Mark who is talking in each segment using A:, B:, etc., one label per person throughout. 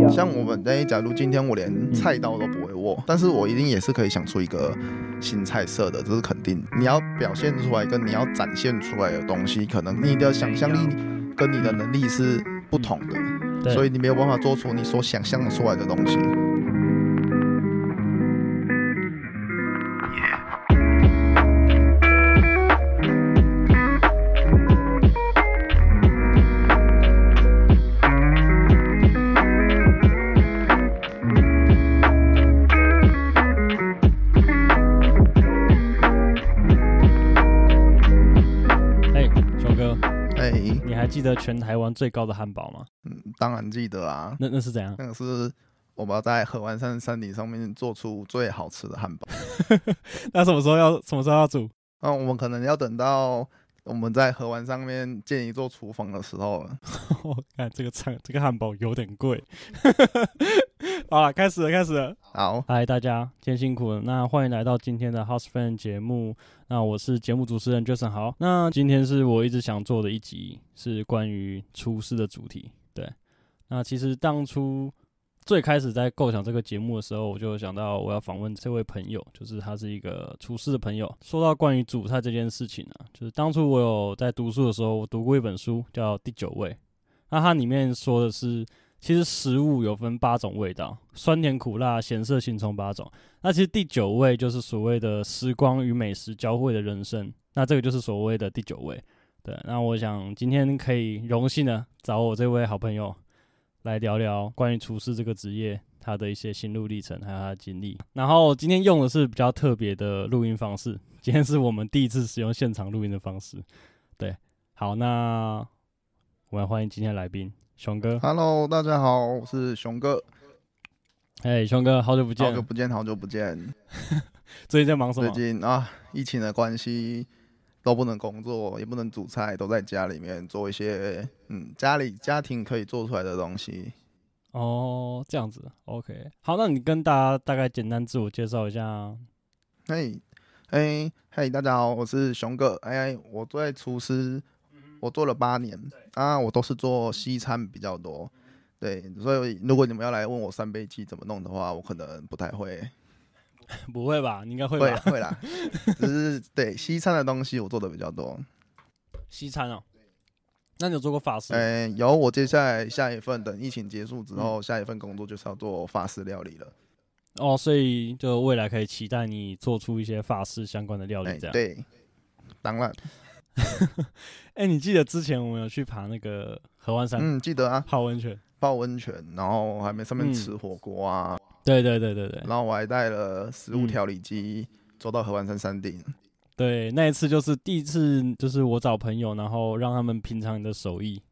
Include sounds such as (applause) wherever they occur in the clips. A: 样。
B: 像我们，哎，假如今天我连菜刀都不会握，但是我一定也是可以想出一个新菜色的，这是肯定。你要表现出来，跟你要展现出来的东西，可能你的想象力跟你的能力是不同的，
A: 对
B: 所以你没有办法做出你所想象出来的东西。
A: 哎、熊哥，
B: 哎，
A: 你还记得全台湾最高的汉堡吗？
B: 当然记得啊，
A: 那那是怎样？
B: 那个是我们要在河湾山山顶上面做出最好吃的汉堡。
A: (laughs) 那什么时候要什么时候要煮？ (laughs)
B: 那我们可能要等到我们在河湾上面建一座厨房的时候了。
A: 我看这个餐这个汉堡有点贵。 (laughs) 好了，开始了，开始了。
B: 好，
A: 嗨，大家，今天辛苦了。那欢迎来到今天的 House Fan 节目。那我是节目主持人 Jason 豪。那今天是我一直想做的一集，是关于厨师的主题。对，那其实当初最开始在构想这个节目的时候，我就想到我要访问这位朋友，就是他是一个厨师的朋友。说到关于煮菜这件事情呢、就是当初我有在读书的时候，我读过一本书叫《第九味》，那它里面说的是其实食物有分八种味道，酸甜苦辣咸涩腥葱八种。那其实第九味就是所谓的时光与美食交汇的人生，那这个就是所谓的第九味。对，那我想今天可以荣幸的找我这位好朋友来聊聊关于厨师这个职业他的一些心路历程还有他的经历。然后今天用的是比较特别的录音方式，今天是我们第一次使用现场录音的方式。对，好，那我们欢迎今天的来宾熊
B: (laughs)
A: 哥。
B: Hello，大家好，我是熊哥，
A: 哎、熊哥，好久不
B: 好
A: 见！
B: 久不见，好久不见。
A: 最近在忙什
B: 最
A: 么？
B: 近啊，疫情的关系，都不能工作，也不能煮菜，都在家里面做一些嗯家里家庭可以做出来的东西。
A: 哦，这样子，OK。好，那你跟大家大概简单自我介绍一下。 (laughs)
B: 嘿，嘿，嘿，大家好，我是熊哥。哎，我做厨师，
A: 嗯
B: 我做了八年啊，我都是做西餐比较多。对，所以如果你们要来问我三杯鸡怎么弄的话，我可能不太会。
A: 不会吧？你应该会
B: 会啊
A: 吧？
B: 啦会
A: (laughs)
B: 啦，只是对西餐的东西我做的比较多。
A: 西餐哦。那你有做过法式？
B: 哎、有我接下来下一份，等疫情结
A: 嗯
B: 束之后，下一份工作就是要做法式料理了。
A: 哦，所以就未来可以期待你做出一些法式相关的料
B: 哎、
A: 理，这样。
B: 对，当然，
A: 哎、你记得之前我们有去爬那个合欢山、
B: 嗯，记得啊，
A: 泡温泉？
B: 泡温泉，然后还没上面吃火锅啊，
A: 对对对嗯对对
B: 然后我还带了食物
A: 嗯
B: 调理机。走到合欢山山顶，
A: 对，那一次就是第一次，就是我找朋友，然后让他们品尝你的手艺。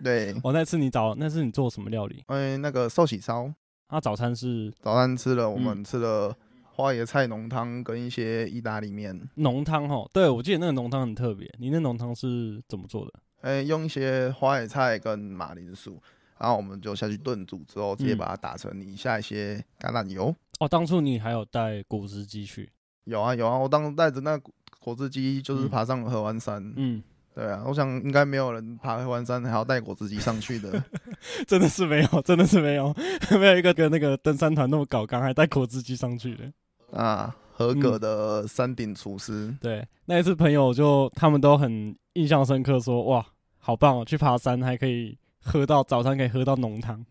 B: 对，
A: 哦，那次你找，那次你做什么料理？
B: 哎、那个寿喜烧，
A: 啊，早餐是
B: 早餐吃了，我
A: 嗯
B: 们吃了花椰菜浓汤跟一些意大利面，
A: 浓汤哦，对我记得那个浓汤很特别，你那浓汤是怎么做的？
B: 哎、用一些花椰菜跟马铃薯，然后我们就下去炖煮之后，直接
A: 嗯
B: 把它打成泥，下一些橄榄油。
A: 哦，当初你还有带果汁机去，
B: 有啊有啊，我当时带着那果果汁机就是
A: 嗯
B: 爬上了合欢山。
A: 嗯，
B: 对啊，我想应该没有人爬合欢山还要带果汁机上去
A: (laughs)
B: 的。
A: (laughs) 真的是没有， (laughs) 真的是没有，没有一个跟那个登山团那么搞刚，还带果汁机上去的。
B: 啊，合格的山顶厨师。
A: 对，那一次朋友就他们都很印象深刻说哇，好棒哦，去爬山还可以喝到早餐，可以喝到浓 (laughs) 汤。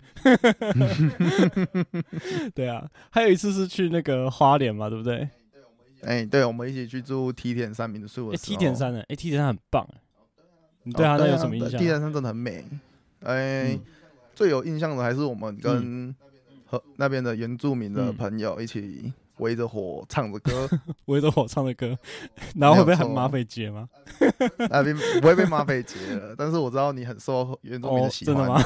A: 对啊，还有一次是去那个花莲嘛，对不对？
B: 哎、对，我们一起去住梯田山民宿
A: 嗯哎、
B: 的时候。
A: 梯田山呢、哎、梯田山很棒、欸，你
B: 哦，
A: 对他那有什么印
B: 对
A: 象
B: 梯？田山真的很美。哎、
A: 嗯
B: 最有印象的还是我们跟和那边的原住民的
A: 嗯
B: 朋友一起围着火唱着歌，
A: (laughs) 围着我唱的
B: (laughs)
A: 歌，然后会被喊
B: 没有错
A: 马匪杰吗？
B: 那边不会被马匪劫了。但是我知道你很受原住民
A: 哦，
B: 喜
A: 真
B: 欢，
A: 的吗？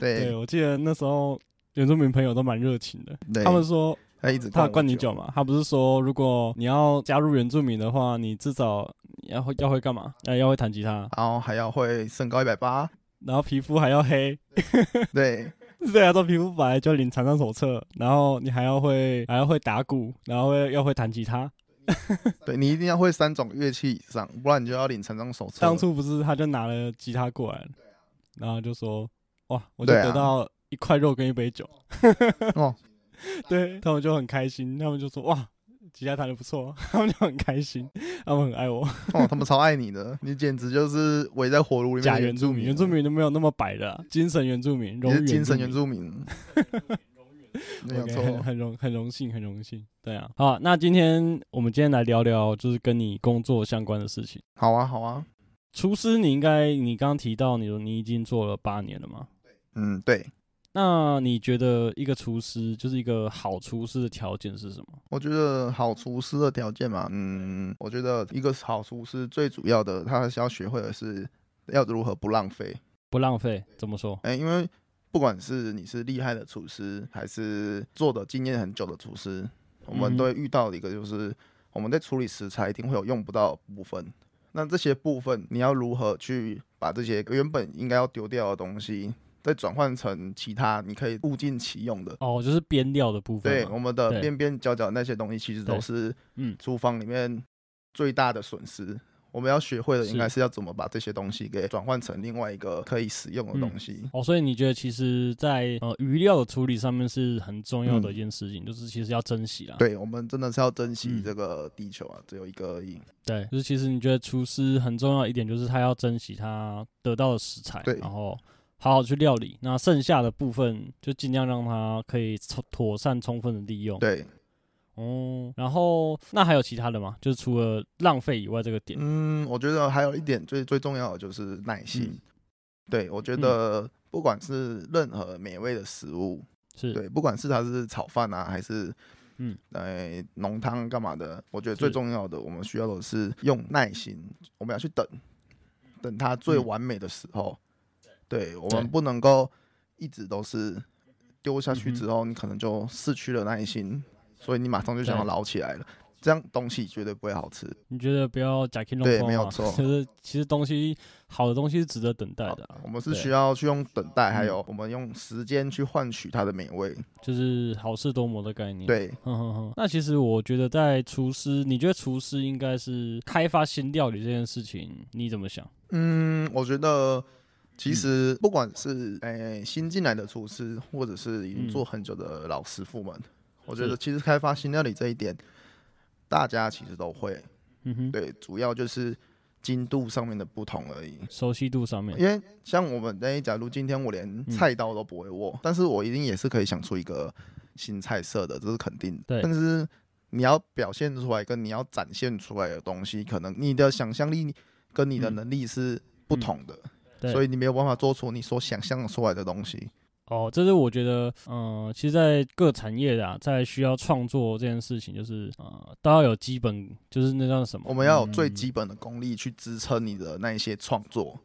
A: 对，
B: 对
A: 我记得那时候原住民朋友都蛮热情的，
B: 对，
A: 他们说
B: 他一直
A: 他
B: 灌我
A: 灌你，酒嘛，他不是说如果你要加入原住民的话，你至少要会要会干嘛？呃，要会弹吉他，
B: 然后还要会身高一百八，
A: 然后皮肤还要黑， (laughs)
B: 对，
A: 对啊，都皮肤白就领残障手册，然后你还要会还要会打鼓，然后会要会弹吉他。
B: 对你一定要会三种乐器以上，不然你就要领成张手册。
A: 当初不是他就拿了吉他过来，然后就说哇，我就
B: 啊对啊
A: 得到一块肉跟一杯酒，
B: 哦，
A: (laughs) 对他们就很开心，他们就说哇，吉他弹的不错，哦 (laughs) 他们就很开心，他们很爱我。
B: 哦，他们超爱你的，你简直就是围在火炉里面的
A: 假原住民，
B: 民，
A: 原住，民都没有那么白的啊，精神原住民，
B: 你
A: 荣
B: 是
A: 誉
B: 精神原
A: 民
B: 住民，
A: (laughs)
B: 没有
A: OK，
B: 错
A: 很，很荣很荣幸，很荣幸。对啊，好，那今天我们今天来聊聊，就是跟你工作相关的事情。
B: 好啊，好啊，
A: 厨师，你应该你刚刚提到你说你已经做了八年了嘛？
B: 嗯，对，
A: 那你觉得一个厨师就是一个好厨师的条件是什么？
B: 我觉得好厨师的条件嘛，嗯，我觉得一个好厨师最主要的，他是要学会的是要如何不浪费。
A: 不浪费，怎么说？
B: 哎、因为不管是你是厉害的厨师，还是做的经验很久的厨师，我
A: 嗯
B: 们
A: 哼
B: 都会遇到的一个就是我们在处理食材一定会有用不到的部分。那这些部分你要如何去把这些原本应该要丢掉的东西，再转换成其他你可以物尽其用的？
A: 哦，就是边料的部分
B: 对，
A: 嘛。
B: 我们的
A: 对
B: 边边角角那些东西，其实
A: 对
B: 都是
A: 嗯
B: 厨房里面最大的损失。我们要学会的
A: 是
B: 应该是要怎么把这些东西给转换成另外一个可以使用的东西。
A: 哦，所以你觉得其实在，呃鱼料的处理上面是很重要的一件事情，就是其实要珍惜啦。
B: 嗯对，我们真的是要珍惜
A: 啊嗯哦
B: 这个地球啊，只有一个而已。
A: 对，就是其实你觉得厨师很重要一点，就是他要珍惜他得到的食材，
B: 对
A: 然后好好去料理。那剩下的部分就尽量让它可以充妥善、充分的利用。，
B: 对，
A: 哦，然后那还有其他的吗？就是除了浪费以外这个点，
B: 嗯，我觉得还有一点最最重要的就是耐心。
A: 嗯
B: 对，我觉得不管是任何美味的食物，
A: 是
B: 对，不管是它是炒饭啊，还是
A: 嗯
B: 嗯，哎，浓汤干嘛的，我觉得最
A: 是
B: 重要的，我们需要的是用耐心，我们要去等，等它最
A: 嗯
B: 完美的时候。对，我
A: 对
B: 们不能够一直都是丢下去
A: 嗯哼
B: 之后，你可能就失去了耐心，所以你马上就想要
A: 对
B: 捞起来了。这样东西绝对不会好吃，
A: 你觉得不要假听弄
B: 对
A: 风
B: 没有
A: 嘛
B: 错
A: (laughs) 就是其实东西好的东西是值得等待的啊、
B: 我们是
A: 对
B: 需要去用等待，还
A: 嗯
B: 有我们用时间去换取它的美味。
A: 就是好事多磨的概念。。
B: 对，
A: 哼哼哼，那其实我觉得，在厨师，你觉得厨师应该是开发新料理这件事情，你怎么想？
B: 嗯，我觉得
A: 嗯
B: 其实不管是诶、新进来的厨师，或者是已经做很久的老师傅们，我觉
A: 嗯是
B: 得其实开发新料理这一点，大家其实都会。
A: 嗯哼，
B: 对，主要就是精度上面的不同而已。
A: 熟悉度上面，
B: 因为像我们，诶，假如今天我
A: 嗯
B: 连菜刀都不会握，但是我一定也是可以想出一个新菜色的，这是肯定的。
A: 对
B: 但是你要表现出来，跟你要展现出来的东西，可能你的想象力跟你的
A: 嗯
B: 能力是不同的，
A: 对
B: 所以你没有办法做出你所想象出来的东西。
A: 哦，这是我觉得，嗯、其实，在各产业的啊，在需要创作这件事情，就是呃，都要有基本，就是那叫什么？
B: 我们要有最
A: 嗯
B: 基本的功力去支撑你的那一些创作。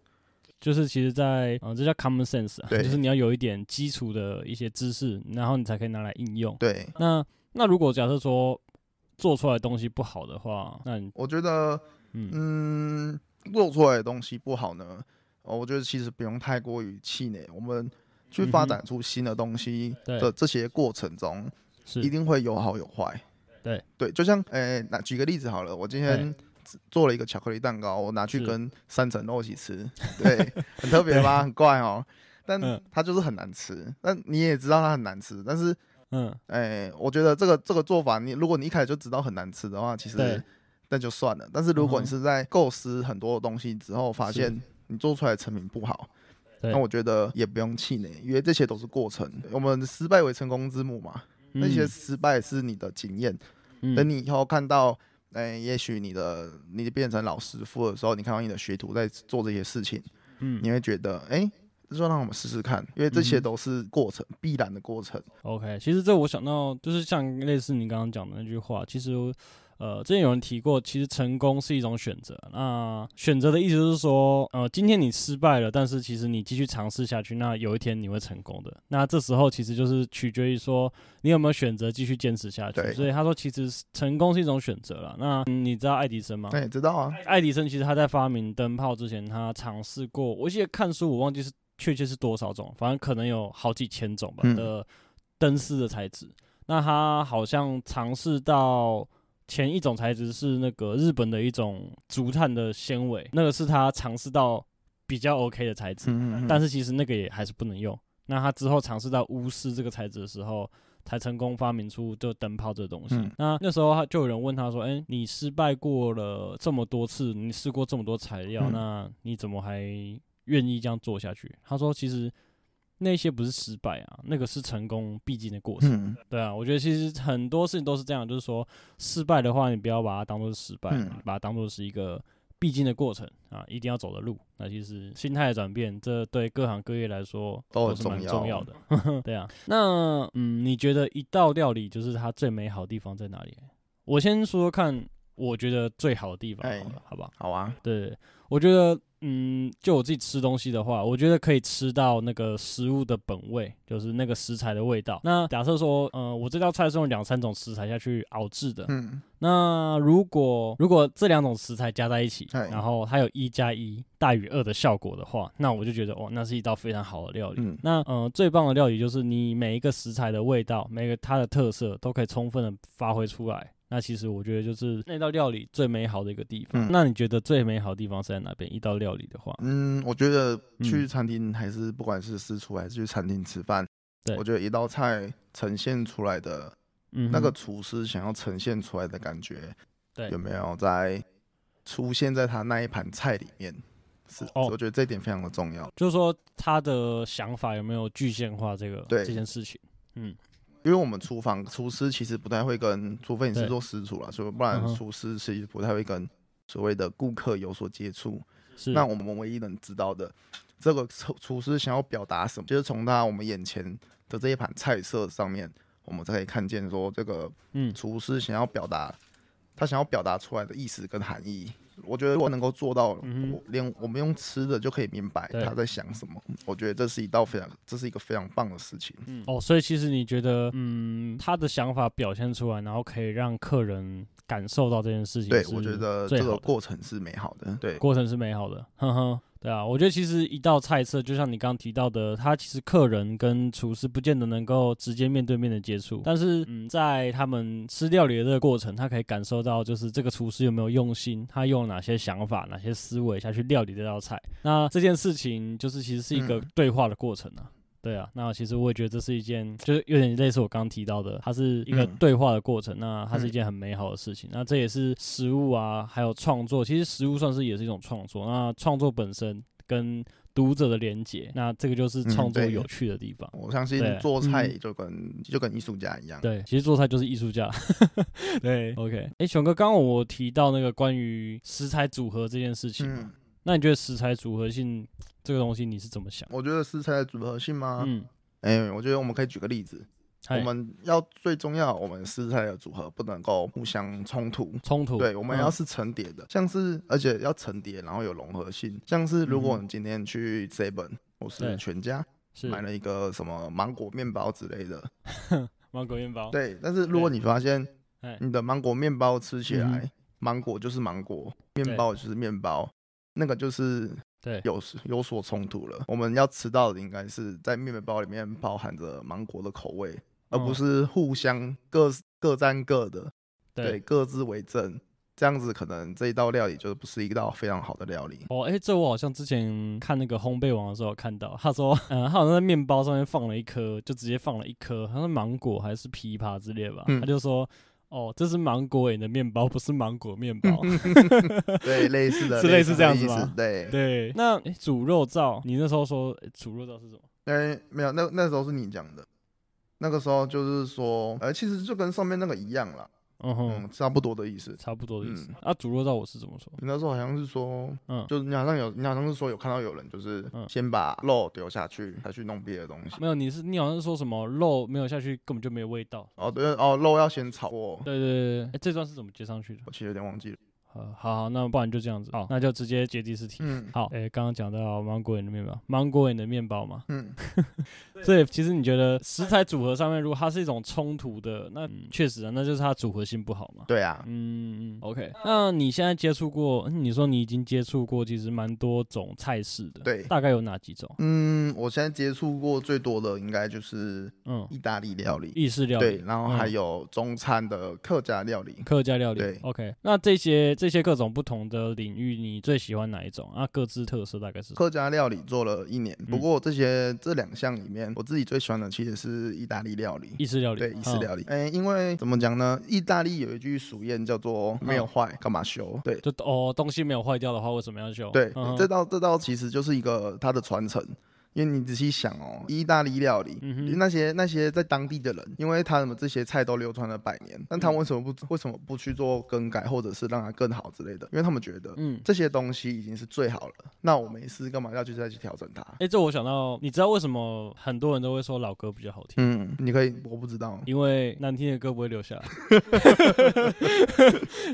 A: 就是其实在，呃，这叫 common sense，、啊、
B: 对
A: 就是你要有一点基础的一些知识，然后你才可以拿来应用。
B: 对，
A: 那那如果假设说做出来的东西不好的话，那你
B: 我觉得，
A: 嗯
B: 嗯，做出来的东西不好呢，哦我觉得其实不用太过于气馁。我们去
A: 嗯哼
B: 发展出新的东西
A: 对
B: 的这些过程中，
A: 是
B: 一定会有好有坏。
A: 对哎
B: 对，就像诶，那、举个例子好了，我今天做了一个巧克力蛋糕，我拿去
A: 是
B: 跟三层肉一起吃，对，很特别吧，很怪哦。但
A: 嗯
B: 它就是很难吃，但你也知道它很难吃。但是，
A: 嗯
B: 诶，我觉得这个这个做法，你如果你一开始就知道很难吃的话，其
A: 对
B: 实那就算了。但是如果
A: 嗯
B: 你
A: 哼
B: 是在构思很多东西之后，发
A: 是
B: 现你做出来的成品不好，
A: 对
B: 那我觉得也不用气馁，因为这些都是过程。我们失败为成功之母嘛，那些失败是你的经验。
A: 嗯
B: 等
A: 嗯
B: 你以后看到，哎、也许你的你变成老师傅的时候，你看到你的学徒在做这些事情，
A: 嗯
B: 你会觉得，哎、就让我们试试看，因为这
A: 嗯
B: 些
A: 哼啊
B: 都是过程，必然的过程。
A: OK，其实这我想到就是像类似你刚刚讲的那句话，其实呃，之前有人提过，其实成功是一种选择。那选择的意思就是说，呃，今天你失败了，但是其实你继续尝试下去，那有一天你会成功的。那这时候其实就是取决于说你有没有选择继续坚持下去。
B: 对
A: 所以他说，其实成功是一种选择了。那、嗯你知道爱迪生吗？
B: 那、也知道啊，
A: 爱迪生其实他在发明灯泡之前，他尝试过，我记得看书我忘记是确切是多少种，反正可能有好几千种吧
B: 嗯
A: 的灯丝的材质。那他好像尝试到前一种材质是那个日本的一种竹炭的纤维，那个是他尝试到比较 OK 的材质，
B: 嗯嗯嗯
A: 但是其实那个也还是不能用。那他之后尝试到钨丝这个材质的时候，才成功发明出就灯泡这个东西。
B: 嗯
A: 那那时候他就有人问他说：“哎、你失败过了这么多次，你试过这么多材料，
B: 嗯
A: 那你怎么还愿意这样做下去？”他说：“其实那些不是失败啊，那个是成功必经的过程。
B: 嗯
A: 对啊，我觉得其实很多事情都是这样，就是说失败的话，你不要把它当做是失败，
B: 嗯
A: 你把它当做是一个必经的过程啊，一定要走的路。那其实心态的转变，这对各行各业来说
B: 都很
A: 是蛮
B: 重要
A: 重要的。 (laughs) 对啊，那嗯，你觉得一道料理就是它最美好的地方在哪里？我先说说看，我觉得最好的地方好了，好不好？
B: 好啊，
A: 对，我觉得，嗯，就我自己吃东西的话，我觉得可以吃到那个食物的本味，就是那个食材的味道。那假设说，嗯、我这道菜是用两三种食材下去熬制的，
B: 嗯
A: 那如果如果这两种食材加在一起，
B: 哎
A: 然后它有一加一大于二的效果的话，那我就觉得，哦，那是一道非常好的料理。
B: 嗯
A: 那呃，最棒的料理就是你每一个食材的味道，每个它的特色都可以充分的发挥出来。那其实我觉得就是那道料理最美好的一个地方。
B: 嗯
A: 那你觉得最美好的地方是在哪边？一道料理的话，
B: 嗯，我觉得去
A: 嗯
B: 餐厅还是不管是私厨还是去餐厅吃饭，
A: 对
B: 我觉得一道菜呈现出来的
A: 嗯哼，
B: 那个厨师想要呈现出来的感觉，
A: 对
B: 有没有在出现在他那一盘菜里面？是，
A: 哦
B: 我觉得这一点非常的重要，
A: 就是说他的想法有没有具现化这个
B: 对
A: 这件事情？
B: 因为我们厨房厨师其实不太会跟，除非你是
A: 对
B: 做私厨啦，所以不然
A: 嗯哼
B: 厨师其实不太会跟所谓的顾客有所接触。
A: 是
B: 那我们唯一能知道的，这个厨厨师想要表达什么，就是从他我们眼前的这一盘菜色上面，我们才可以看见说这个
A: 嗯
B: 厨师想要表达他想要表达出来的意思跟含义。我觉得如果能够做到，
A: 嗯哼
B: 我连我们用吃的就可以明白
A: 对
B: 他在想什么。我觉得这是一道非常，这是一个非常棒的事情。
A: 嗯哦，所以其实你觉得，嗯，他的想法表现出来，然后可以让客人感受到这件事情，
B: 对，我觉得
A: 最
B: 这
A: 好
B: 个
A: 的
B: 过程是美好的。对，
A: 过程是美好的， (laughs) 哼哼。对啊，我觉得其实一道菜色，就像你刚刚提到的，它其实客人跟厨师不见得能够直接面对面的接触，但是嗯，在他们吃料理的这个过程，他可以感受到就是这个厨师有没有用心，他用哪些想法、哪些思维下去料理这道菜。那这件事情就是其实是一个
B: 嗯
A: 对话的过程啊。对啊，那其实我也觉得这是一件，就是有点类似我刚刚提到的，它是一个
B: 嗯
A: 对话的过程，那它是一
B: 嗯
A: 件很美好的事情。那这也是食物啊，还有创作，其实食物算是也是一种创作。那创作本身跟读者的连接，那这个就是
B: 嗯
A: 创作
B: 对
A: 有趣的地方。
B: 我相信
A: 对
B: 做菜
A: 嗯
B: 就跟、就跟艺术家一样。
A: (laughs) 对，其实做菜就是艺术家。 (laughs) 对，OK。哎、熊哥，刚刚我提到那个关于食材组合这件事情，
B: 嗯，
A: 那你觉得食材组合性这个东西你是怎么想？
B: 我觉得食材的组合性吗？
A: 嗯，
B: 哎、我觉得我们可以举个例子，
A: 嗨
B: 我们要最重要，我们食材的组合不能够互相冲突。
A: 冲突
B: 对，我们
A: 嗯
B: 要是重叠的，像是而且要重叠，然后有融合性。像是如果你今天去 seven 或
A: 嗯对
B: 是全家
A: 是哦
B: 买了一个什么芒果面包之类的，
A: 芒果面包，
B: 对，但是如果你发现
A: 哎
B: 你的芒果面包吃起
A: 嗯
B: 来，芒果就是芒果，面包就是面包，那个就是
A: 对
B: 有有所冲突了。我们要吃到的应该是在面包里面包含着芒果的口味，而
A: 嗯
B: 不是互相各各沾各的，对，
A: 对。
B: 各自为政。这样子可能这一道料理就不是一道非常好的料
A: (laughs)
B: 理。
A: 哦，哎、这我好像之前看那个烘焙网的时候有看到，
B: (laughs)
A: 他说，嗯，他好像在面包上面放了一颗，就直接放了一颗，好像是芒果还是枇杷之类吧，
B: 嗯
A: 他就说，哦，这是芒果你的面包，不是芒果面包。
B: 嗯对，类似的
A: 是类似这样
B: 的
A: 子
B: 意思
A: 吗
B: 对，
A: 对，那、诶煮肉燥，你那时候说、诶煮肉燥是什么？
B: 哎，没有，那那时候是你讲的，那个时候就是说，呃，其实就跟上面那个一样啦，
A: 嗯哼，
B: 嗯，差不多的意思。
A: 差不多的意思。
B: 嗯
A: 啊，煮肉燥我是怎么说？
B: 你那时候好像是说，
A: 嗯
B: 就是你好像有，你好像是说有看到有人就是
A: 嗯
B: 先把肉丢下去，才去弄别的东西。
A: 没有，你是你好像是说什么肉没有下去根本就没有味道。
B: 哦，对哦，肉要先炒过，
A: 对对对对，诶这段是怎么接上去的？
B: 我其实有点忘记了。
A: 呃，好好，那不然就这样子，好，那就直接接地试题。
B: 嗯
A: 好，诶、哎刚刚讲到芒果眼的面包，芒果眼的面包嘛，
B: 嗯，
A: 所以其实你觉得食材组合上面，如果它是一种冲突的，那嗯确、实啊，那就是它组合性不好嘛。
B: 对啊，
A: 嗯嗯，OK。那你现在接触过，嗯你说你已经接触过，其实蛮多种菜式的，
B: 对
A: 大概有哪几种？
B: 嗯，我现在接触过最多的应该就是
A: 嗯，
B: 意大利料理，
A: 意式料
B: 对，
A: 理，
B: 然后还
A: 嗯
B: 有中餐的客家料理。
A: 客家料理。
B: 对
A: o k 那这些这些各种不同的领域，你最喜欢哪一种啊？各自特色大概是什么？
B: 客家料理做了一年，不
A: 嗯
B: 过这些这两项里面，面，我自己最喜欢的其实是意大利料理。
A: 意式料理，
B: 对，意式
A: 嗯
B: 料理，哎、因为怎么讲呢？意大利有一句俗谚叫做“没有坏，干嘛修”。对，
A: 就嗯哦，东西没有坏掉的话，为什么要修？
B: 对，
A: 嗯哼
B: 这道这道其实就是一个它的传承。因为你仔细想哦，意大利料理、
A: 嗯
B: 那些那些在当地的人，因为他们这些菜都流传了百年，但
A: 嗯
B: 他们为什么不、为什么不去做更改，或者是让它更好之类的？因为他们觉得，
A: 嗯
B: 这些东西已经是最好了，那我没事干嘛要去再去调整它？
A: 哎、这我想到，你知道为什么很多人都会说老歌比较好听？
B: 嗯，你可以，我不知
A: (laughs)
B: 道。
A: 因为难听的歌不会留下来， (laughs)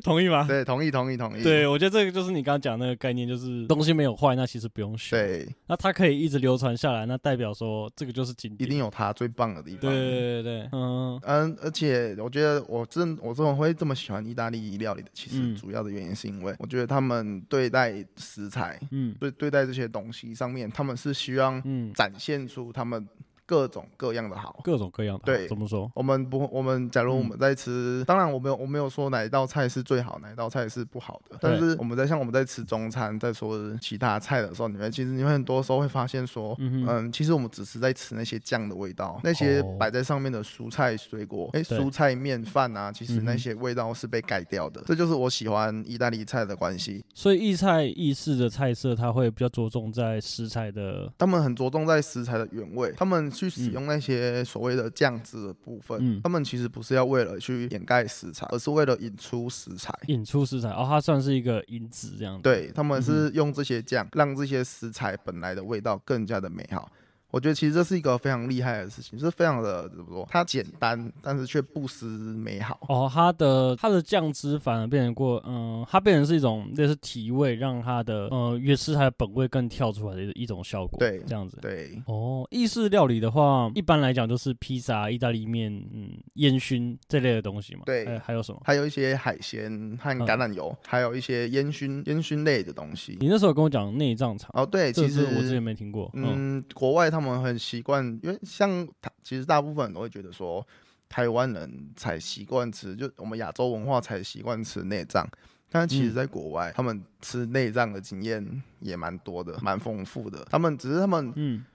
A: 同意吗？
B: 对，同意，同意，同意。
A: 对，我觉得这个就是你刚刚讲那个概念，就是东西没有坏，那其实不用修。
B: 对，
A: 那它可以一直流传下来，那代表说这个就是经
B: 一
A: 典。
B: 定有它最棒的地方。
A: 对对对对对，嗯，
B: 嗯，而且我觉得我真我这么会这么喜欢意大利料理的，其
A: 嗯
B: 实主要的原因是因为我觉得他们对待食材，
A: 嗯
B: 对对待这些东西上面，他们是希望
A: 嗯，
B: 展现出他们各种各样的好。
A: 各种各样的。
B: 对
A: 怎么说？嗯
B: 我们不，我们假如我们在吃，当然我没有我没有说哪一道菜是最好，哪一道菜是不好的。但是我们在像我们在吃中餐，在说其他菜的时候，你们其实你会很多时候会发现说，
A: 嗯
B: 嗯
A: 哼
B: 其实我们只是在吃那些酱的味道，那些
A: 哦
B: 摆在上面的蔬菜水果，哎、
A: 对
B: 蔬菜面饭啊，其
A: 嗯
B: 实
A: 哼
B: 那些味道是被盖掉的。这就是我喜欢意大利菜的关系，
A: 所以意菜意式的菜色，它会比较着重在食材的，
B: 他们很着重在食材的原味，他们去使用那些所谓的酱汁的部分，
A: 嗯
B: 他们其实不是要为了去掩盖食材，而是为了引出食材。
A: 引出食材，哦，它算是一个引子这样子。
B: 对，他们是用这些酱，让这些食材本来的味道更加的美好。我觉得其实这是一个非常厉害的事情，是非常的怎么说？它简单，但是却不失美好。
A: (laughs) 哦，它的它的酱汁反而变成过，嗯，它变成是一种类似提味，让它的呃原食材的本味更跳出来的一一种效果，
B: 对
A: 这样子。
B: 对，
A: 哦，意式料理的话，一般来讲就是披萨、意大利面、嗯，烟熏这类的东西嘛。
B: 对
A: 还有还有什么？
B: 还有一些海鲜
A: 嗯
B: 和橄榄油，还有一些烟熏烟熏类的东西。
A: 你那时候跟我讲内脏肠，
B: 哦，对，
A: 这
B: 其
A: 个是
B: 实
A: 我之前没听过。嗯，
B: 嗯，国外他们很习惯，因为像他其实大部分人都会觉得说，台湾人才习惯吃，就我们亚洲文化才习惯吃内脏。但其实，在国外，他们吃内脏的经验也蛮多的，蛮丰富的。他们只是他们
A: 嗯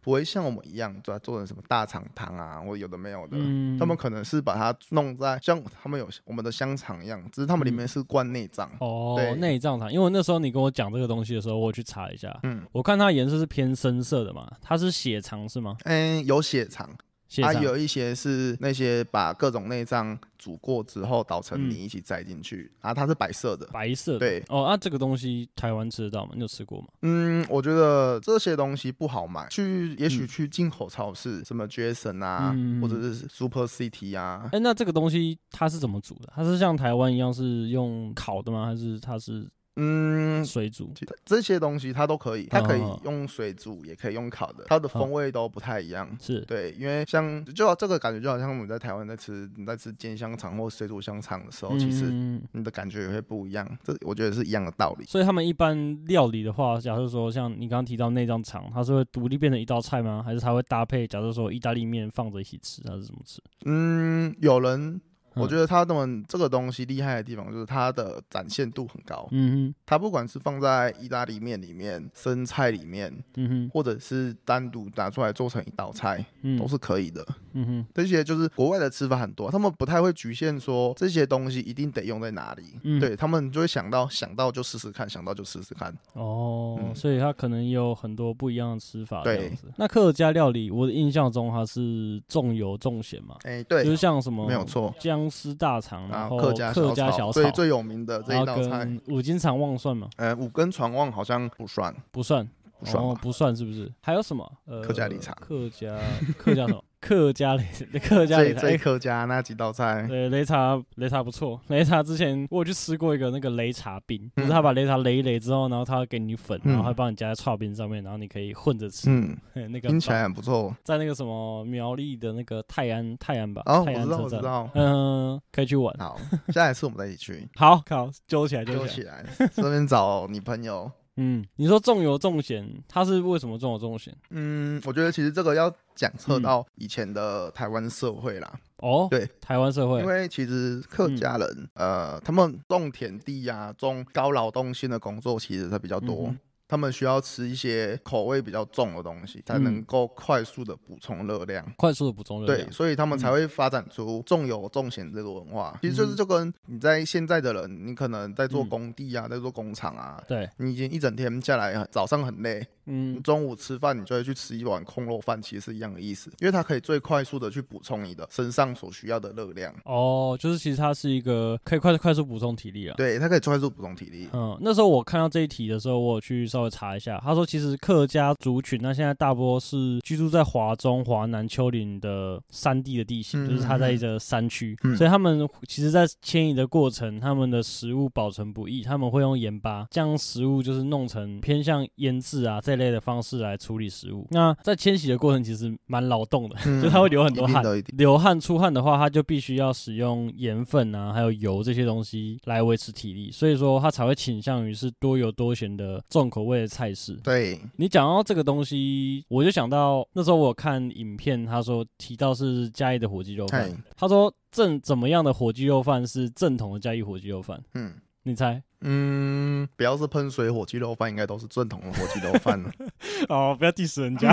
B: 不会像我们一样做做成什么大肠汤啊，或有的没有的。
A: 嗯，
B: 他们可能是把它弄在像他们有我们的香肠一样，只是他们里面是灌内脏。
A: 哦
B: 对
A: 内脏肠，因为那时候你跟我讲这个东西的时候，我有去查一下，
B: 嗯，
A: 我看它的颜色是偏深色的嘛，它是血肠是吗？
B: 嗯，有血肠，
A: 血
B: 它
A: 肠。
B: 啊有一些是那些把各种内脏煮过之后捣成泥
A: 嗯
B: 一起塞进去，啊，它是白色的。
A: 白色的，
B: 对
A: 哦，那、这个东西台湾吃得到吗？你有吃过吗？
B: 嗯，我觉得这些东西不好买，去也许
A: 嗯
B: 去进口超市，什么 Jason 啊，
A: 嗯
B: 或者是 Super City 啊
A: 哎、，那这个东西它是怎么煮的？它是像台湾一样是用烤的吗？还是它是
B: 嗯，
A: 水煮？
B: 其这些东西它都可以，它可以
A: 哦
B: 用水煮，也可以用烤的，它的风味都不太一样。
A: 是，
B: 对，因为像就好这个感觉，就好像我们在台湾在吃你在吃煎香肠或水煮香肠的时候，哦其实
A: 嗯
B: 你的感觉也会不一样。这我觉得是一样的道理。
A: 所以他们一般料理的话，假设说像你刚刚提到内脏肠，它是会独立变成一道菜吗？还是它会搭配？假设说意大利面放着一起吃，它是怎么吃？
B: 嗯，有人，我
A: 嗯
B: 觉得他们这个东西厉害的地方就是它的展现度很高。
A: 嗯
B: 它不管是放在意大利面里面、生菜里面，
A: 哼，嗯哼，
B: 或者是单独拿出来做成一道菜，
A: 嗯
B: 都是可以的。
A: 嗯哼，
B: 这些就是国外的吃法很多，他们不太会局限说这些东西一定得用在哪里。
A: 嗯
B: 对他们就会想到想到就试试看，想到就试试看。
A: 哦，
B: 嗯
A: 所以它可能也有很多不一样的吃法这
B: 对
A: 样子。那客家料理，我的印象中它是重油重咸嘛，
B: 哎、
A: 就是
B: 对，
A: 像什么
B: 没有错。
A: 姜丝大肠，
B: 然
A: 然
B: 后
A: 后
B: 客家
A: 客家
B: 炒，
A: 小
B: 最
A: 炒，
B: 最有名的这
A: 然
B: 一
A: 后
B: 道菜，
A: 跟五斤肠旺算吗？
B: 呃，五根传旺好像不算，
A: 不算，
B: 不算吧
A: 哦，不算是不是？还有什么？呃，
B: 客家擂茶
A: 客家客家什么？客家擂客家擂
B: 最
A: 茶。
B: 最
A: 哎
B: 客家那几道菜，
A: 对，擂茶擂茶不错。擂茶之前我有去吃过一个那个擂茶冰，就是他把擂茶擂一擂之后，然后他给你粉，然
B: 嗯
A: 后还帮你加在刨冰上面，然后你可以混着吃。
B: 嗯，
A: 嘿 (laughs) 那个
B: 听起
A: 很
B: 来
A: 棒
B: 很不错。
A: 在那个什么苗栗的那个泰安泰安吧，
B: 哦，
A: 泰
B: 我
A: 安
B: 知道，
A: 车
B: 我知
A: 站， (laughs)
B: 道。
A: 嗯，可以去玩。
B: 好，下一次我们再一起
A: (laughs)
B: 去
A: 好，好，揪起来，揪
B: 揪
A: 起来。
B: 起来，这边找你朋友。
A: 嗯，你说重油重咸，它是为什么重油重咸？
B: 嗯，我觉得其实这个要讲测到以前的台湾社会啦，
A: 嗯哦，嗯
B: 对，
A: 台湾社会
B: 因，为其实客家人、呃，他们种田地啊，种高劳动性的工作其实是比较多。
A: 嗯哼
B: 他们需要吃一些口味比较重的东西，才
A: 嗯
B: 能够快速的补充热量。
A: 快速的补充热
B: 对，
A: 量。
B: 所以他
A: 嗯
B: 们才会发展出重油重咸这个文化。其实就是就跟你在现在的人，你可能在做
A: 嗯
B: 工地啊，在做工厂啊，
A: 对，
B: 你已经一整天下来，早上很累，
A: 嗯，
B: 中午吃饭你就会去吃一碗空肉饭，其实是一样的意思，因为它可以最快速的去补充你的身上所需要的热量。
A: 哦，就是其实它是一个可以快快速补充体力啊。
B: 对，它可以快速补充体力。
A: 嗯，那时候我看到这一题的时候，我有去稍微查一下，他说其实客家族群，那现在大多是居住在华中、华南丘陵的山地的地形，
B: 嗯
A: 就是它在一个山区，
B: 嗯
A: 所以他们其实，在迁移的过程，他们的食物保存不易，他们会用盐巴将食物就是弄成偏向腌制啊这类的方式来处理食物。那在迁徙的过程，其实蛮劳动的，
B: 嗯
A: (laughs) 就它会流很多
B: 一定
A: 汗
B: 的一定
A: 流汗出汗的话，它就必须要使用盐分啊，还有油这些东西来维持体力，所以说它才会倾向于是多油多咸的重口味的菜式。
B: (laughs) 对，
A: 你讲到这个东西，我就想到那时候我有看影片，他说提到是嘉义的火鸡肉
B: 嗨
A: 饭，，他说正怎么样的火鸡肉饭是正统的嘉义火鸡肉饭？
B: 嗯
A: 你猜？
B: 嗯，不要是喷水火鸡肉饭，应该都是正统的火鸡肉
A: (laughs)
B: 饭了。
A: (laughs) 哦，不要 diss 人家，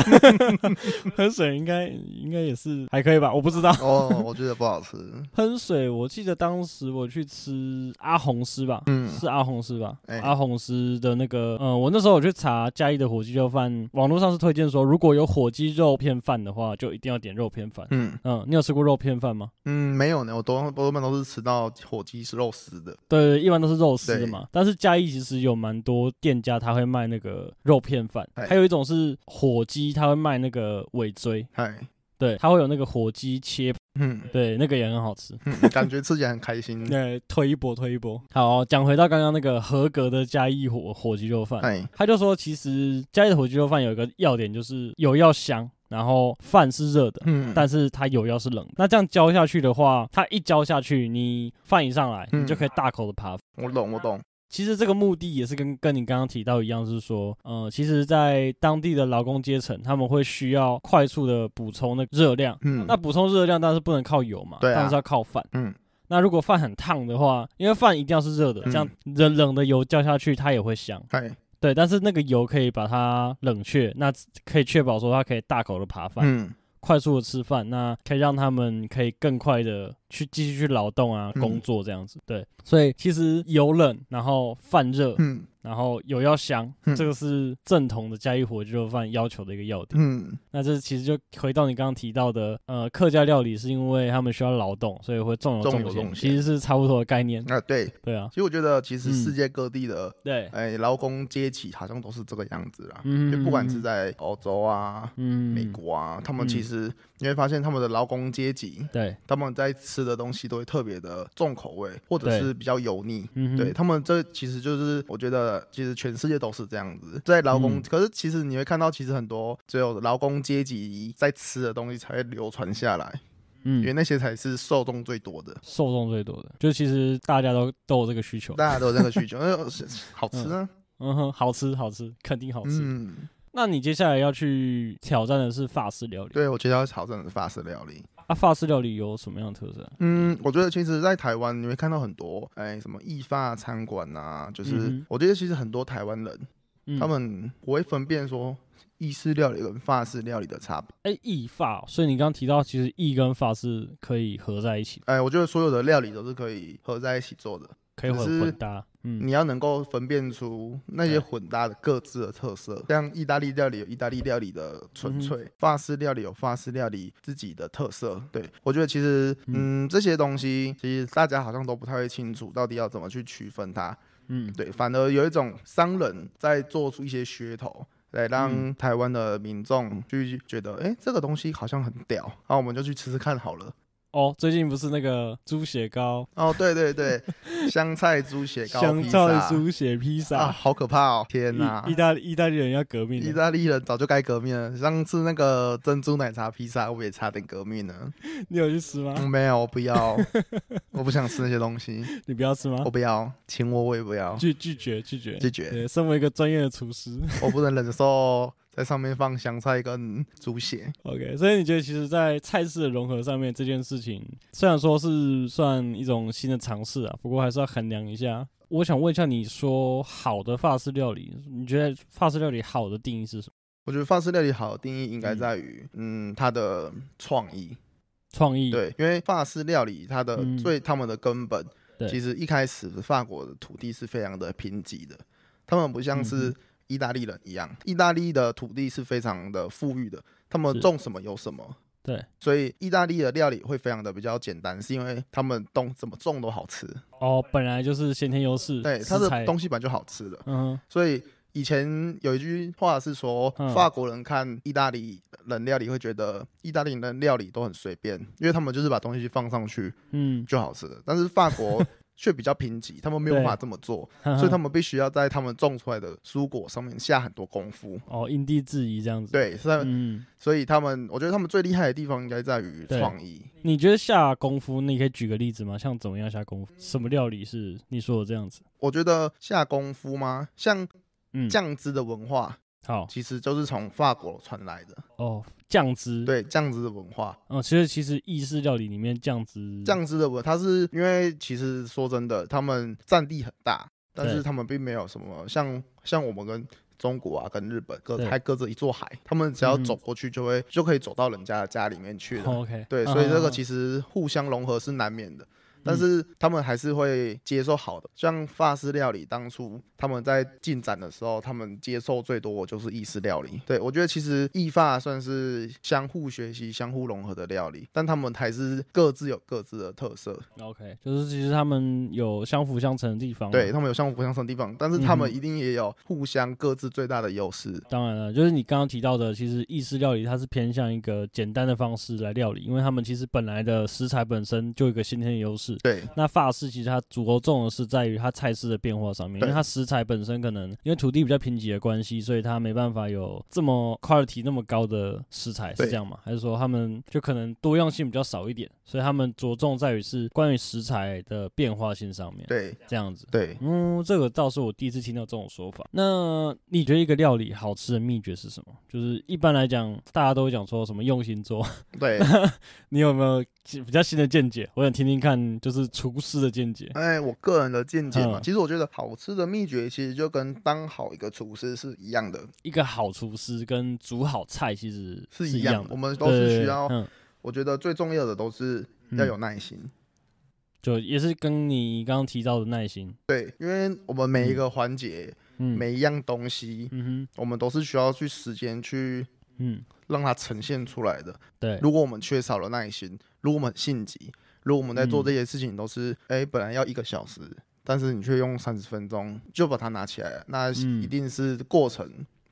A: (laughs) 喝水应该应该也是还可以吧？我不知道。
B: 哦，我觉得不好吃。
A: 喷水，我记得当时我去吃阿红师吧，
B: 嗯
A: 是阿红师吧？
B: 哎
A: 阿红师的那个，嗯，我那时候我去查嘉义的火鸡肉饭，网络上是推荐说，如果有火鸡肉片饭的话，就一定要点肉片饭。
B: 嗯
A: 嗯，你有吃过肉片饭吗？
B: 嗯，没有呢，我多多半都是吃到火鸡是肉丝的。
A: 对，一般都是肉丝的嘛。但是嘉义其实有蛮多店家，他会卖那个肉片饭，
B: 哎
A: 还有一种是火鸡，他会卖那个尾椎，
B: 嗨，
A: 对，他会有那个火鸡切，
B: 嗯
A: 对，那个也很好吃。
B: 嗯，感觉吃起来很开心。
A: 对，推一波，推一波。好，讲回到刚刚那个合格的嘉义火火鸡肉饭，
B: 嗨，
A: 他就说，其实嘉义的火鸡肉饭有一个要点，就是有要香，然后饭是热的，
B: 嗯，
A: 但是它有要是冷的。那这样浇下去的话，它一浇下去，你饭一上来，
B: 嗯
A: 你就可以大口的扒。
B: 我懂，我懂。
A: 其实这个目的也是跟跟你刚刚提到一样，是说，呃，其实，在当地的劳工阶层，他们会需要快速的补充那个热量，
B: 嗯，
A: 那补充热量当然是不能靠油嘛，
B: 对啊
A: 当然是要靠饭。
B: 嗯，
A: 那如果饭很烫的话，因为饭一定要是热的，
B: 嗯
A: 这样冷冷的油浇下去它也会香。
B: 嗨，
A: 对，但是那个油可以把它冷却，那可以确保说它可以大口的扒饭，
B: 嗯
A: 快速的吃饭，那可以让他们可以更快的去继续去劳动啊、
B: 嗯
A: 工作这样子。对，所以其实油冷，然后饭热，
B: 嗯
A: 然后油要香，
B: 嗯
A: 这个是正统的嘉义火鸡肉饭要求的一个要点。
B: 嗯
A: 那这其实就回到你刚刚提到的，呃，客家料理是因为他们需要劳动，所以会重油
B: 重油
A: 咸，
B: 重咸
A: 其实是差不多的概念。
B: 啊，对。
A: 对啊，
B: 其实我觉得，其实
A: 嗯
B: 世界各地的
A: 对，
B: 哎，劳工阶级好像都是这个样子啦。
A: 嗯
B: 就不管是在欧洲啊、
A: 嗯
B: 美，国啊，他们
A: 嗯
B: 其实你会发现，他们的劳工阶级，
A: 对，
B: 他们在吃的东西都会特别的重口味，或者
A: 对
B: 是比较油腻。
A: 嗯哼
B: 对，他们，这其实就是我觉得，其实全世界都是这样子，在劳工。
A: 嗯
B: 可是其实你会看到，其实很多只有劳工阶级在吃的东西才会流传下来，因为
A: 嗯，
B: 那些才是受众最多的。
A: 受众最多的，就其实大家都都有这个需求。
B: (laughs) 大家都有这个需求，因为
A: (laughs)
B: 是好吃啊，
A: 嗯哼，好吃，好吃，肯定好吃。
B: 嗯，
A: 那你接下来要去挑战的是法式料理，
B: 对，我觉得要挑战的是法式料理。
A: 啊，法式料理有什么样的特色啊？
B: 嗯，我觉得其实，在台湾你会看到很多，哎，什么意法餐馆啊，就是、
A: 嗯哼
B: 我觉得其实很多台湾人、
A: 嗯
B: 他们不会分辨说意式料理跟法式料理的差别。
A: 哎，意法哦，所以你刚刚提到，其实意跟法是可以合在一起，
B: 哎，我觉得所有的料理都是可以合在一起做的，
A: 可以
B: 只
A: 混
B: 是
A: 混搭。嗯
B: 你要能够分辨出那
A: 对
B: 些混搭的各自的特色，像意大利料理有意大利料理的纯粹，
A: 嗯
B: 法式料理有法式料理自己的特色。对我觉得其实，嗯，这些东西其实大家好像都不太会清楚到底要怎么去区分它。
A: 嗯，
B: 对，反而有一种商人在做出一些噱头。来
A: 嗯
B: 让台湾的民众去觉得，哎、这个东西好像很屌，那、我们就去吃吃看好了。
A: 哦，最近不是那个猪血糕，
B: 哦，对对对，香菜猪血糕
A: 香
B: 披
A: 菜
B: 萨
A: 猪血披
B: 啊，
A: 萨，
B: 好可怕哦！天哪、
A: 意意大利意大利人要革命
B: 意
A: 了，
B: 大利人早就该革命了。上次那个珍珠奶茶披萨，我也差点革命了。
A: 你有去吃
B: (laughs)
A: 吗？
B: 嗯、没有，我不要，我不想吃那些东西，
A: 你不要吃吗
B: 我？不要，请我我也不要，
A: 啊拒拒绝拒绝
B: 拒绝，
A: 对，身为一个专业的厨师，
B: 我不能忍受在上面放香菜跟猪血。
A: OK，所以你觉得其实，在菜式的融合上面这件事情，虽然说是算一种新的尝试啊，不过还是要衡量一下。我想问一下，你说好的法式料理，你觉得法式料理好的定义是什么？
B: 我觉得法式料理好的定义应该在于，嗯，它的创意。
A: 创意，
B: 对，因为法式料理它的
A: 嗯
B: 最他们的根本
A: 对，
B: 其实一开始法国的土地是非常的贫瘠的，他们不像
A: 嗯
B: 是意大利人一样，意大利的土地是非常的富裕的，他们
A: 是
B: 种什么有什么。
A: 对，
B: 所以意大利的料理会非常的比较简单，是因为他们种怎么种都好吃，
A: 哦，本来就是先天优势，
B: 对，它
A: 食材
B: 的东西本来就好吃的。
A: 嗯哼，
B: 所以以前有一句话是说
A: 嗯，
B: 法国人看意大利人料理会觉得意大利人的料理都很随便，因为他们就是把东西放上去
A: 嗯，
B: 就好吃了。但是法
A: (laughs)
B: 国却比较贫瘠，他们没有
A: 对嗯
B: 办法这么做，
A: 哈哈
B: 所以他们必须要在他们种出来的蔬果上面下很多功夫。
A: 哦因地制宜这样子，，
B: 对，是在、
A: 嗯，
B: 所以他们，我觉得他们最厉害的地方应该在于
A: 对
B: 创意。
A: 你觉得下功夫，你可以举个例子吗？像怎么样下功夫？什么料理是你说的这样子？
B: 我觉得下功夫吗？像
A: 嗯，
B: 酱汁的文化，
A: 好
B: 其实就是从法国传来的。
A: 哦，酱汁，，
B: 对，酱汁的文化，
A: 嗯，其实其实意式料理里面酱汁，
B: 酱汁的文，它是因为其实说真的，他们占地很大，但
A: 对
B: 是他们并没有什么像像我们跟中国啊跟日本各
A: 对
B: 还隔着一座海，他们只要
A: 嗯
B: 走过去就会、就可以走到人家的家里面去了。
A: 哦，OK，
B: 对，所以这个
A: 实
B: 其实互相融合是难免的。
A: 嗯
B: 但是他们还是会接受好的，像法式料理，当初他们在进展的时候，他们接受最多的就是意式料理。对我觉得其实意法算是相互学习、相互融合的料理，但他们还是各自有各自的特色。
A: OK，就是其实他们有相辅相成的地方，啊
B: 对，他们有相互不相成的地方，但是他
A: 哦嗯
B: 们
A: 哼
B: 一定也有互相各自最大的优势。
A: 当然了，就是你刚刚提到的，其实意式料理它是偏向一个简单的方式来料理，因为他们其实本来的食材本身就有一个先天的优势。
B: 对，
A: 那法式其实它着重的是在于它菜式的变化上面，因
B: 对
A: 为它食材本身可能因为土地比较贫瘠的关系，所以它没办法有这么 quality 那么高的食材，是
B: 对
A: 这样吗？还是说他们就可能多样性比较少一点，所以他们着重在于是关于食材的变化性上面，
B: 对，啊
A: 这样子。
B: 对，
A: 嗯，这个倒是我第一次听到这种说法。那你觉得一个料理好吃的秘诀是什么？就是一般来讲，大家都会讲说什么用心做， (laughs)
B: 对。
A: 你有没有比较新的见解？我想听听看，就是厨师的见解。
B: 哎，我个人的见解嘛，
A: 嗯
B: 其实我觉得好吃的秘诀其实就跟当好一个厨师是一样的，
A: 一个好厨师跟煮好菜其实
B: 是
A: 一
B: 一样
A: 的，
B: 我们都是需要
A: 对，对对嗯，
B: 我觉得最重要的都是要有耐心。
A: 就也是跟你刚刚提到的耐心。
B: 对，因为我们每一个环节、
A: 嗯，
B: 每一样东西，
A: 嗯
B: 我们都是需要去时间去
A: 哼，嗯，
B: 让它呈现出来的。
A: 对，
B: 如果我们缺少了耐心，如果我们很性急，如果我们在做
A: 嗯
B: 这些事情都是，哎、本来要一个小时，但是你却用三十分钟就把它拿起来了，那
A: 嗯
B: 一定是过程。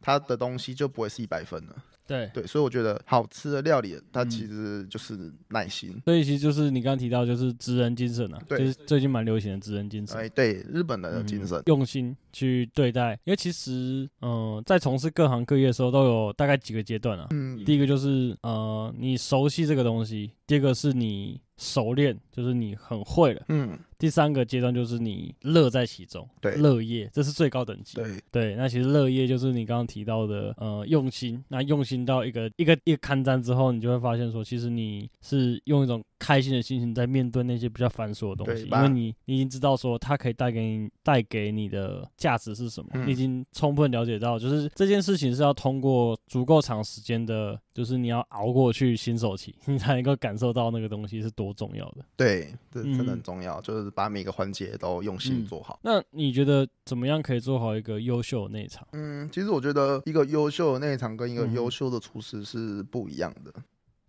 B: 它的东西就不会是一百分了，
A: 对。
B: 对，所以我觉得好吃的料理，它
A: 嗯
B: 其实就是耐心。
A: 所以其实就是你刚刚提到，就是职人精神啊，就
B: 对
A: 是最近蛮流行的职人精神。嗯
B: 哎，对，日本人的精神，
A: 用心去对待，因为其实，嗯、在从事各行各业的时候，都有大概几个阶段啊。
B: 嗯，
A: 第一个就是，呃，你熟悉这个东西；第二个是你熟练，就是你很会了；
B: 嗯，
A: 第三个阶段就是你乐在其中，
B: 对
A: 乐业，这是最高等级。
B: 对，
A: 对，那其实乐业就是你刚刚提到的，呃，用心。那用心到一个一个一个刊章之后，你就会发现说，其实你是用一种开心的心情在面对那些比较繁琐的东
B: 对
A: 西，因
B: 吧
A: 为你你已经知道说它可以带给你带给你的价值是什么，
B: 嗯
A: 你已经充分了解到，就是这件事情是要通过足够长时间的，就是你要熬过去新手期， (laughs) 你才能够感受到那个东西是多重要的。
B: 对，这真
A: 嗯
B: 的很重要，就是把每个环节都用心
A: 嗯
B: 做好。
A: 那你觉得怎么样可以做好一个优秀的内场？
B: 嗯，其实我觉得一个优秀的内场跟一个
A: 嗯哼
B: 优秀的厨师是不一样的，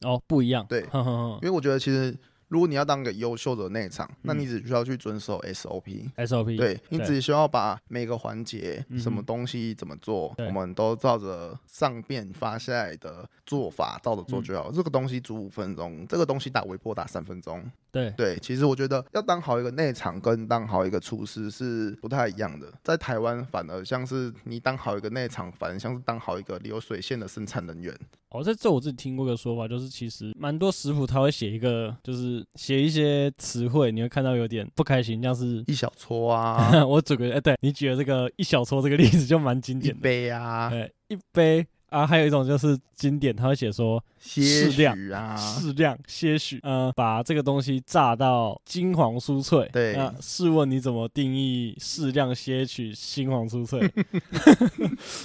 A: 哦，不一样，
B: 对
A: (laughs) 哼哼
B: 因为我觉得其实如果你要当一个优秀的内场，那
A: 嗯
B: 你只需要去遵守 SOP。
A: 哼 SOP，
B: 对你只需要把每个环节
A: 嗯哼
B: 什么东西怎么做，
A: 对
B: 我们都照着上面发下来的做法照着做
A: 嗯
B: 就好。这个东西煮五分钟，这个东西打微波打三分钟，
A: 对，
B: 对，其实我觉得要当好一个内场跟当好一个厨师是不太一样的，在台湾反而像是你当好一个内场，反而像是当好一个流水线的生产人员。
A: 哦，这这我自己听过一个说法，就是其实蛮多食谱他会写一个，就是写一些词汇，你会看到有点不开心，像是、 (laughs)
B: 一小撮啊，
A: 我举个，哎、对你举的这个一小撮这个例子就蛮经
B: 一
A: 典的，
B: 杯啊，
A: 哎，一杯啊，还有一种就是经典，它会写说
B: 些
A: 适量
B: 许啊，
A: 适量些许，呃，把这个东西炸到金黄酥脆。
B: 对
A: 那试问你怎么定义适量些许金黄
B: (laughs)
A: 酥脆？ (laughs)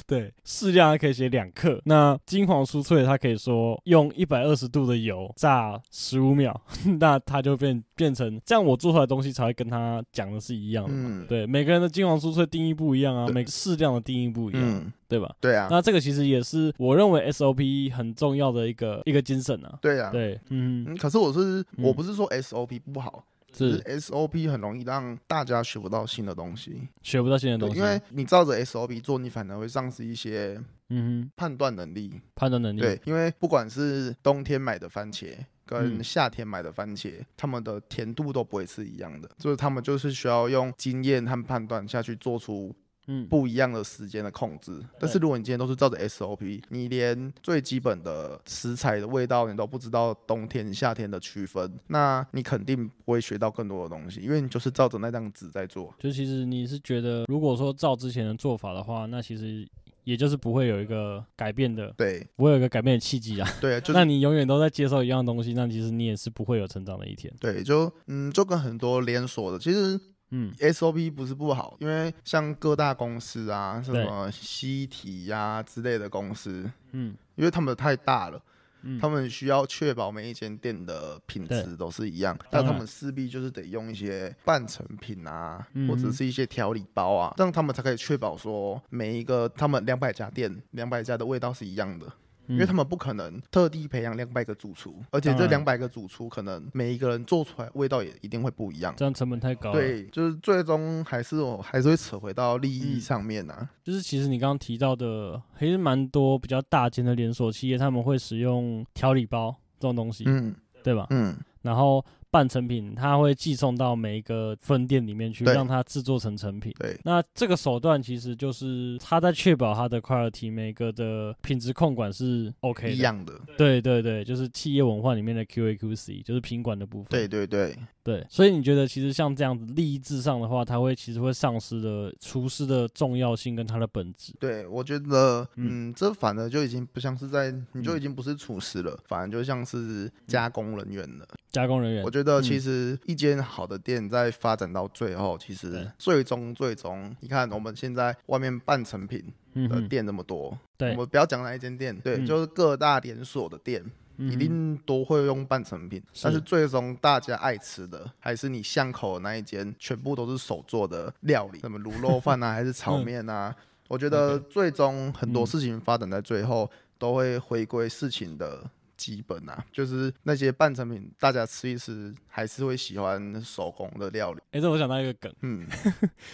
A: 对，适量它可以写两克，那金黄酥脆它可以说用一百二十度的油炸十五秒， (laughs) 那它就变变成这样，我做出来的东西才会跟它讲的是一样的嘛。
B: 嗯，
A: 对，每个人的金黄酥脆定义不一样啊，
B: 对
A: 每个适量的定义不一样，
B: 嗯，
A: 对吧？
B: 对啊，
A: 那这个其实也是我认为 SOP 很重要的一个一个精神啊。
B: 对啊，
A: 对，嗯，
B: 嗯，可是我是
A: 嗯
B: 我不是说 SOP 不好，只
A: 是
B: 是 SOP 很容易让大家学不到新的东西，
A: 学不到新的
B: 对
A: 东，西，
B: 因为你照着 SOP 做，你反而会丧失一些
A: 嗯哼，
B: 判断能力。
A: 判断能力，
B: 对，因为不管是冬天买的番茄跟
A: 嗯
B: 夏天买的番茄，它们的甜度都不会是一样的，就是他们就是需要用经验和判断下去做出
A: 嗯，
B: 不一样的时间的控制。但是如果你今天都是照着 SOP，你连最基本的食材的味道你都不知道冬天夏天的区分，那你肯定不会学到更多的东西，因为你就是照着那张纸在做。
A: 就其实你是觉得，如果说照之前的做法的话，那其实也就是不会有一个改变的，
B: 对
A: 不会有一个改变的契机啊。
B: 对，就是
A: 那你永远都在接受一样东西，那其实你也是不会有成长的一天。
B: 对，就嗯，就跟很多连锁的，其实
A: 嗯
B: SOP 不是不好，因为像各大公司啊，什
A: 对
B: 么西体呀、之类的公司，
A: 嗯
B: 因为他们太大了，
A: 嗯，
B: 他们需要确保每一间店的品质
A: 对
B: 都是一样，
A: 当
B: 但
A: 然
B: 他们势必就是得用一些半成品啊，
A: 嗯
B: 或者是一些调理包啊，让他们才可以确保说每一个他们两百家店，两百家的味道是一样的。
A: 嗯
B: 因为他们不可能特地培养两百个主厨，而且这
A: 当然
B: 两百个主厨可能每一个人做出来味道也一定会不一样。
A: 这样成本太高了。，
B: 对，就是最终还是我还是会扯回到利益
A: 嗯
B: 上面啊。
A: 就是其实你刚刚提到的，还是蛮多比较大间的连锁企业，他们会使用调理包这种东西，
B: 嗯
A: 对吧？
B: 嗯，
A: 然后半成品，它会寄送到每一个分店里面去，
B: 对
A: 让它制作成成品。
B: 对
A: 那这个手段其实就是它在确保它的 quality 每个的品质控管是 OK
B: 一
A: 的。
B: 样的。
A: 对对对，就是企业文化里面的 QAQC，就是品管的部分。
B: 对对对，
A: 对，所以你觉得其实像这样子利益至上的话，它会其实会丧失了厨师的重要性跟它的本质。
B: 对，我觉得，
A: 嗯
B: 嗯，这反而就已经不像是在，你就
A: 嗯
B: 已经不是厨师了，反而就像是加工人员了。
A: 加工人员
B: 我觉得
A: 嗯
B: 其实一间好的店在发展到最后，其实
A: 对
B: 最终最终，你看我们现在外面半成品
A: 嗯
B: 的
A: 哼，
B: 店那么多，
A: 对
B: 我们不要讲哪一间店，对，
A: 嗯
B: 就是各大连锁的店，
A: 嗯
B: 一
A: 哼
B: 定都会用半成品，
A: 是
B: 但是最终大家爱吃的还是你巷口的那一间，全部都是手做的料理，什么卤肉饭啊，还是
A: 嗯
B: 炒面啊。我觉得最终很多事情发展在最后，都会回归事情的基本啊，就是那些半成品，大家吃一吃，还是会喜欢手工的料理。
A: 诶，这我想到一个梗，
B: 嗯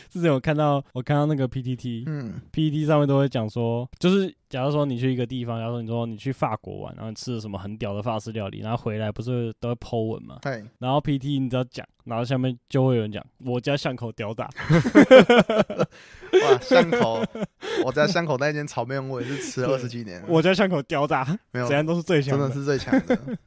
A: 之前我看到我看到那个 PTT，
B: 嗯
A: PPT 上面都会讲说，就是假如说你去一个地方，假如说你说你去法国玩，然后你吃了什么很屌的法式料理，然后回来不是都会 Po 文嘛？
B: 对，
A: 然后 PPT 你只要讲，然后下面就会有人讲我家巷口屌打， (laughs)
B: 哇，巷口，我在巷口那间炒面我也是吃了二十几年了，
A: 我家巷口屌打，
B: 没有
A: 怎，样都是最强
B: 嗯哦真的
A: 的。
B: 是最强的，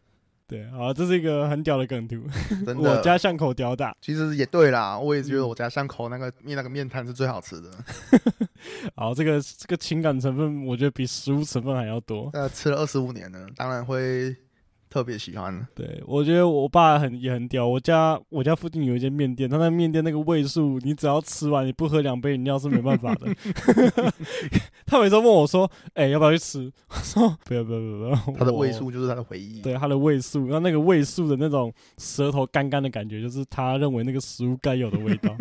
A: 对，好，这是一个很屌的梗图，
B: 真的。
A: 我家巷口屌打。
B: 其实也对啦，我也觉得
A: 嗯
B: 我家巷口那个面那个面摊是最好吃的，
A: 好，这个这个情感成分，我觉得比食物成分还要多。
B: 那吃了二十五年了，当然会特别喜欢。
A: 对，我觉得我爸很也很屌。我家我家附近有一间面店，他那面店那个味素，你只要吃完你不喝两杯饮料是没办法
B: (laughs)
A: 的。他每次问我说：“哎、要不要去吃？”我说：“不要不要不要。不要”
B: 他的
A: 我
B: 味，素就是他的回忆。
A: 对他的味素，那那个味素的那种舌头干干的感觉，就是他认为那个食物该有的味
B: (laughs)
A: 道。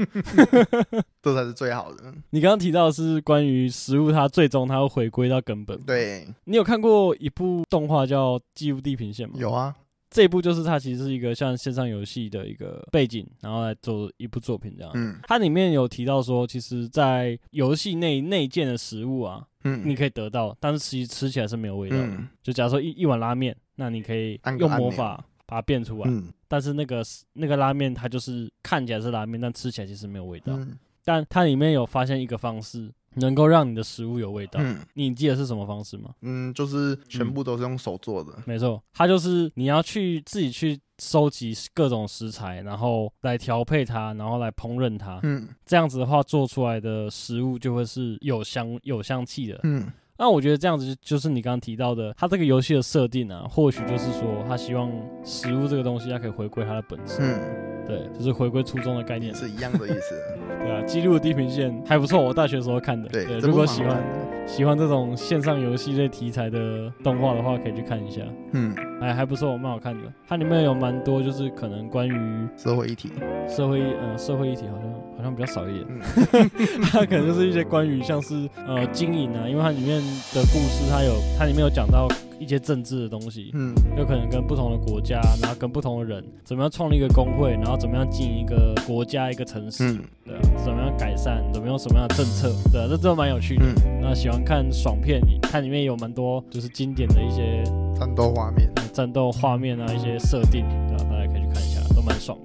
B: 这才是最好的。
A: 你刚刚提到的是关于食物，它最终它会回归到根本。，
B: 对，
A: 你有看过一部动画叫《记录地平线》吗？
B: 有啊，
A: 这一部就是它其实是一个像线上游戏的一个背景，然后来做一部作品这样。
B: 嗯
A: 它里面有提到说，其实，在游戏内内建的食物啊，
B: 嗯
A: 你可以得到，但是其实吃起来是没有味道的。
B: 嗯
A: 就假如说一一碗拉面，那你可以
B: 按个
A: 用
B: 按钮
A: 魔法把它变出来，
B: 嗯
A: 但是那个那个拉面它就是看起来是拉面，但吃起来其实没有味道。
B: 嗯
A: 但它里面有发现一个方式，能够让你的食物有味道。
B: 嗯
A: 你记得是什么方式吗？
B: 嗯，就是全部都是用手做的。
A: 没错，它就是你要去自己去收集各种食材，然后来调配它，然后来烹饪它。
B: 嗯
A: 这样子的话，做出来的食物就会是有香有香气的，
B: 嗯
A: 那我觉得这样子就就是你刚刚提到的，它这个游戏的设定啊，或许就是说他希望食物这个东西，它可以回归它的本质，
B: 嗯，
A: 对，就是回归初衷的啊概念
B: 也。是一样的意
A: (laughs)
B: 思。
A: 对啊，《记录的地平线》还不错，我大学时候看的。
B: 对，这啊
A: 如
B: 部
A: 果
B: 蛮好
A: 喜欢
B: 看的，
A: 喜欢这种线上游戏类题材的动画的话，可以去看一下，
B: 嗯，
A: 哎，还不错，蛮好看的。它里面有蛮多就是可能关于
B: 社会议题，
A: 社会呃社会议题好像好像比较
B: (laughs)
A: 少一点，
B: 嗯
A: 它可能就是一些关于像是呃经营啊，因为它里面的故事它有它里面有讲到一些政治的东西，
B: 嗯
A: 有可能跟不同的国家，然后跟不同的人怎么样创立一个工会，然后怎么样经营一个国家一个城市，
B: 嗯
A: 对啊，怎么样改善，怎么用什么样的政策，对、啊，这真的蛮有趣的。
B: 嗯，
A: 那喜欢看爽片，它里面有蛮多就是经典的一些
B: 战斗画面，
A: 呃战斗画面啊，一些设定，对啊，大家可以去看一下，都蛮爽。